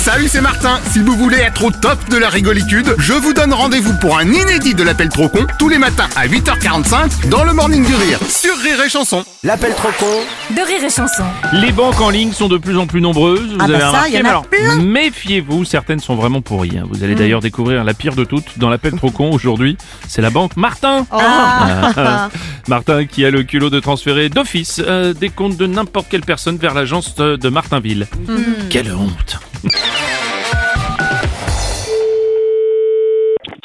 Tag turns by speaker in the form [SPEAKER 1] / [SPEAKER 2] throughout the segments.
[SPEAKER 1] Salut, c'est Martin. Si vous voulez être au top de la rigolitude, je vous donne rendez-vous pour un inédit de l'appel trop con tous les matins à 8h45 dans le Morning du Rire sur Rire et Chanson.
[SPEAKER 2] L'appel trop con
[SPEAKER 3] de rire et chanson.
[SPEAKER 4] Les banques en ligne sont de plus en plus nombreuses. Vous
[SPEAKER 5] Ah bah
[SPEAKER 4] avez
[SPEAKER 5] ça, y
[SPEAKER 4] remarqué,
[SPEAKER 5] en a
[SPEAKER 4] mais alors,
[SPEAKER 5] plein. Mm.
[SPEAKER 4] Méfiez-vous, certaines sont vraiment pourries. hein. Vous allez d'ailleurs découvrir la pire de toutes dans l'appel trop con aujourd'hui. C'est la banque Martin.
[SPEAKER 5] Oh.
[SPEAKER 4] Ah. Martin qui a le culot de transférer d'office euh, des comptes de n'importe quelle personne vers l'agence euh, de de Martinville.
[SPEAKER 5] Mm.
[SPEAKER 4] Quelle honte.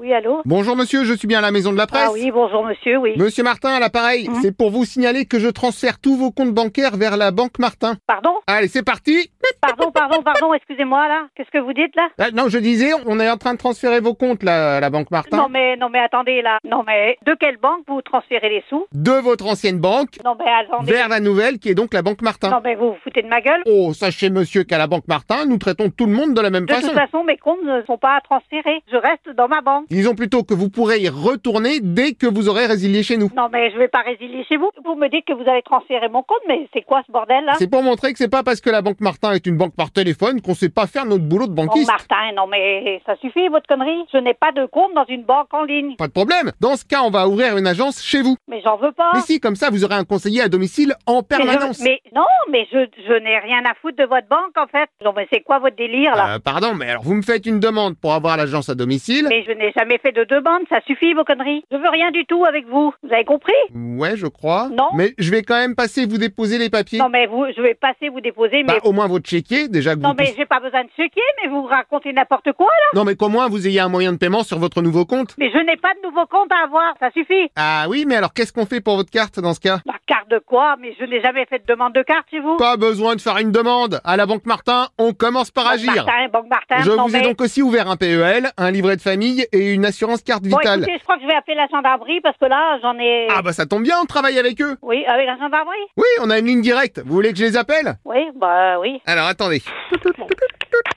[SPEAKER 6] Oui, allô
[SPEAKER 1] Bonjour monsieur, je suis bien à la maison de la presse.
[SPEAKER 6] Ah oui, Mhm. bonjour monsieur, oui.
[SPEAKER 1] Monsieur Martin, à l'appareil, c'est pour vous signaler que je transfère tous vos comptes bancaires vers la banque Martin.
[SPEAKER 6] Pardon
[SPEAKER 1] Allez, c'est parti
[SPEAKER 6] Pardon, pardon, pardon, excusez-moi là. Qu'est-ce que vous dites là
[SPEAKER 1] Ah, Non, je disais, on est en train de transférer vos comptes là, à la banque Martin.
[SPEAKER 6] Non mais non mais attendez là. Non mais de quelle banque vous transférez les sous
[SPEAKER 1] De votre ancienne banque
[SPEAKER 6] Non mais attendez.
[SPEAKER 1] vers la nouvelle qui est donc la banque Martin.
[SPEAKER 6] Non mais vous vous foutez de ma gueule
[SPEAKER 1] Oh, sachez monsieur qu'à la banque Martin, nous traitons tout le monde de la même
[SPEAKER 6] De
[SPEAKER 1] façon.
[SPEAKER 6] toute façon, mes comptes ne sont pas à transférer. Je reste dans ma banque.
[SPEAKER 1] Disons plutôt que vous pourrez y retourner dès que vous aurez résilié chez nous.
[SPEAKER 6] Non mais je vais pas résilier chez vous. Vous me dites que vous allez transférer mon compte, mais c'est quoi ce bordel là
[SPEAKER 1] C'est pour montrer que c'est pas parce que la banque Martin est une banque par téléphone qu'on sait pas faire notre boulot de
[SPEAKER 6] Bon,
[SPEAKER 1] banquiste.
[SPEAKER 6] Martin, non mais ça suffit votre connerie. Je n'ai pas de compte dans une banque en ligne.
[SPEAKER 1] Pas de problème. Dans ce cas, on va ouvrir une agence chez vous.
[SPEAKER 6] Mais j'en veux pas.
[SPEAKER 1] Mais si, comme ça, vous aurez un conseiller à domicile en
[SPEAKER 6] Ah. Mais je-
[SPEAKER 1] permanence.
[SPEAKER 6] mais non, mais je, je n'ai rien à foutre de votre banque en fait. Non mais c'est quoi votre délire là
[SPEAKER 1] Euh, pardon, mais alors vous me faites une demande pour avoir l'agence à domicile.
[SPEAKER 6] Mais je n'ai jamais fait de demande, ça suffit vos conneries. Je veux rien du tout avec vous. Vous avez compris
[SPEAKER 1] Ouais, je crois.
[SPEAKER 6] Non.
[SPEAKER 1] Mais je vais quand même passer vous déposer les papiers.
[SPEAKER 6] Non mais vous, je vais passer vous déposer, mais
[SPEAKER 1] Bah, au moins votre chéquier, déjà que
[SPEAKER 6] non
[SPEAKER 1] vous
[SPEAKER 6] mais
[SPEAKER 1] puissiez-
[SPEAKER 6] j'ai pas besoin de checker, mais vous racontez n'importe quoi là.
[SPEAKER 1] Non, mais qu'au moins vous ayez un moyen de paiement sur votre nouveau compte.
[SPEAKER 6] Mais je n'ai pas de nouveau compte à avoir, ça suffit.
[SPEAKER 1] Ah oui, mais alors qu'est-ce qu'on fait pour votre carte dans ce cas
[SPEAKER 6] La carte de quoi Mais je n'ai jamais fait de demande de carte chez vous.
[SPEAKER 1] Pas besoin de faire une demande. À la Banque Martin, on commence par
[SPEAKER 6] Banque
[SPEAKER 1] agir.
[SPEAKER 6] Martin, Banque Martin,
[SPEAKER 1] Je
[SPEAKER 6] non
[SPEAKER 1] vous ai
[SPEAKER 6] mais-
[SPEAKER 1] donc aussi ouvert un PEL, un livret de famille et une assurance carte
[SPEAKER 6] Bon
[SPEAKER 1] vitale.
[SPEAKER 6] écoutez, je crois que je vais appeler la gendarmerie parce que là j'en ai.
[SPEAKER 1] ah bah ça tombe bien, on travaille avec eux.
[SPEAKER 6] Oui, avec la gendarmerie.
[SPEAKER 1] Oui, on a une ligne directe. Vous voulez que je les appelle
[SPEAKER 6] Oui, bah oui.
[SPEAKER 1] Alors attendez.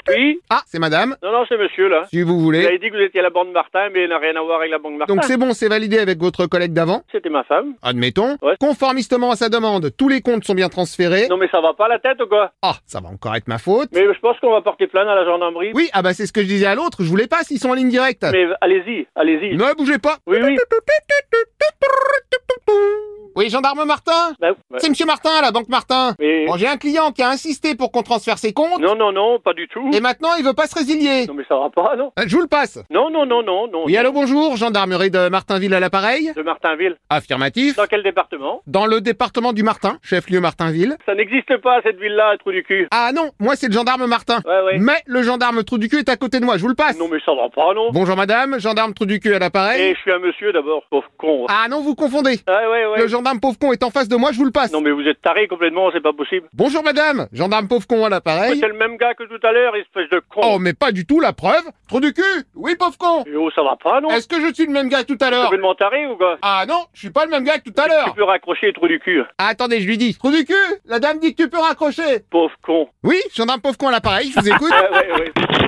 [SPEAKER 7] Oui,
[SPEAKER 1] Ah, c'est madame,
[SPEAKER 7] non, non, c'est monsieur, là.
[SPEAKER 1] si vous
[SPEAKER 7] Vous
[SPEAKER 1] voulez.
[SPEAKER 7] avez dit que vous étiez à la banque Martin, mais elle n'a rien à voir avec la banque Martin.
[SPEAKER 1] Donc c'est bon, c'est validé avec votre collègue d'avant.
[SPEAKER 7] C'était ma femme.
[SPEAKER 1] Admettons.
[SPEAKER 7] Ouais.
[SPEAKER 1] Conformistement à sa demande, tous les comptes sont bien transférés.
[SPEAKER 7] Non, mais ça va pas la tête ou quoi
[SPEAKER 1] Ah, ça va encore être ma faute.
[SPEAKER 7] Mais je pense qu'on va porter plainte à la gendarmerie.
[SPEAKER 1] Oui, ah bah c'est ce que je disais à l'autre, je voulais pas s'ils sont en ligne directe.
[SPEAKER 7] Mais allez-y, allez-y.
[SPEAKER 1] Ne bougez pas.
[SPEAKER 7] Oui, oui.
[SPEAKER 1] Oui, gendarme Martin
[SPEAKER 7] Ben, ben,
[SPEAKER 1] C'est monsieur Martin, la banque Martin.
[SPEAKER 7] mais...
[SPEAKER 1] Bon, j'ai un client qui a insisté pour qu'on transfère ses comptes.
[SPEAKER 7] Non, non, non, pas du tout.
[SPEAKER 1] Et maintenant, il veut pas se résilier.
[SPEAKER 7] Non, mais ça va pas, non
[SPEAKER 1] Euh, Je vous le passe.
[SPEAKER 7] Non, non, non, non, non.
[SPEAKER 1] Oui, allô, bonjour, gendarmerie de Martinville à l'appareil.
[SPEAKER 7] De Martinville.
[SPEAKER 1] Affirmatif.
[SPEAKER 7] Dans quel département
[SPEAKER 1] Dans le département du Martin, chef-lieu Martinville.
[SPEAKER 7] Ça n'existe pas, cette ville-là, trou du cul.
[SPEAKER 1] Ah non, moi c'est le gendarme Martin.
[SPEAKER 7] Ouais, ouais.
[SPEAKER 1] Mais le gendarme Trou du cul est à côté de moi, je vous le passe.
[SPEAKER 7] Non, mais ça va pas, non
[SPEAKER 1] Bonjour madame, gendarme Trou du cul à l'appareil.
[SPEAKER 7] Eh, je suis un monsieur, d'abord, pauvre con.
[SPEAKER 1] Ah non, vous confondez.
[SPEAKER 7] Ah, ouais, ouais.
[SPEAKER 1] Le gendarme pauvre con est en face de moi, je vous le passe.
[SPEAKER 7] Non, mais vous êtes taré complètement, c'est pas possible.
[SPEAKER 1] Bonjour madame, gendarme pauvre con à l'appareil.
[SPEAKER 7] C'est le même gars que tout à l'heure, espèce de con.
[SPEAKER 1] Oh mais pas du tout, la preuve. Trou du cul Oui, pauvre con
[SPEAKER 7] Yo, Oh, ça va pas, non
[SPEAKER 1] Est-ce que je suis le même gars que tout à
[SPEAKER 7] T'es
[SPEAKER 1] l'heure
[SPEAKER 7] complètement taré ou quoi
[SPEAKER 1] Ah non, je suis pas le même gars que tout à l'heure.
[SPEAKER 7] Tu peux raccrocher, trou du cul. hein?
[SPEAKER 1] Ah, attendez, je lui dis. Trou du cul La dame dit que tu peux raccrocher.
[SPEAKER 7] Pauvre con.
[SPEAKER 1] Oui, gendarme pauvre con à l'appareil, je vous écoute.
[SPEAKER 7] Ouais, ouais, ouais.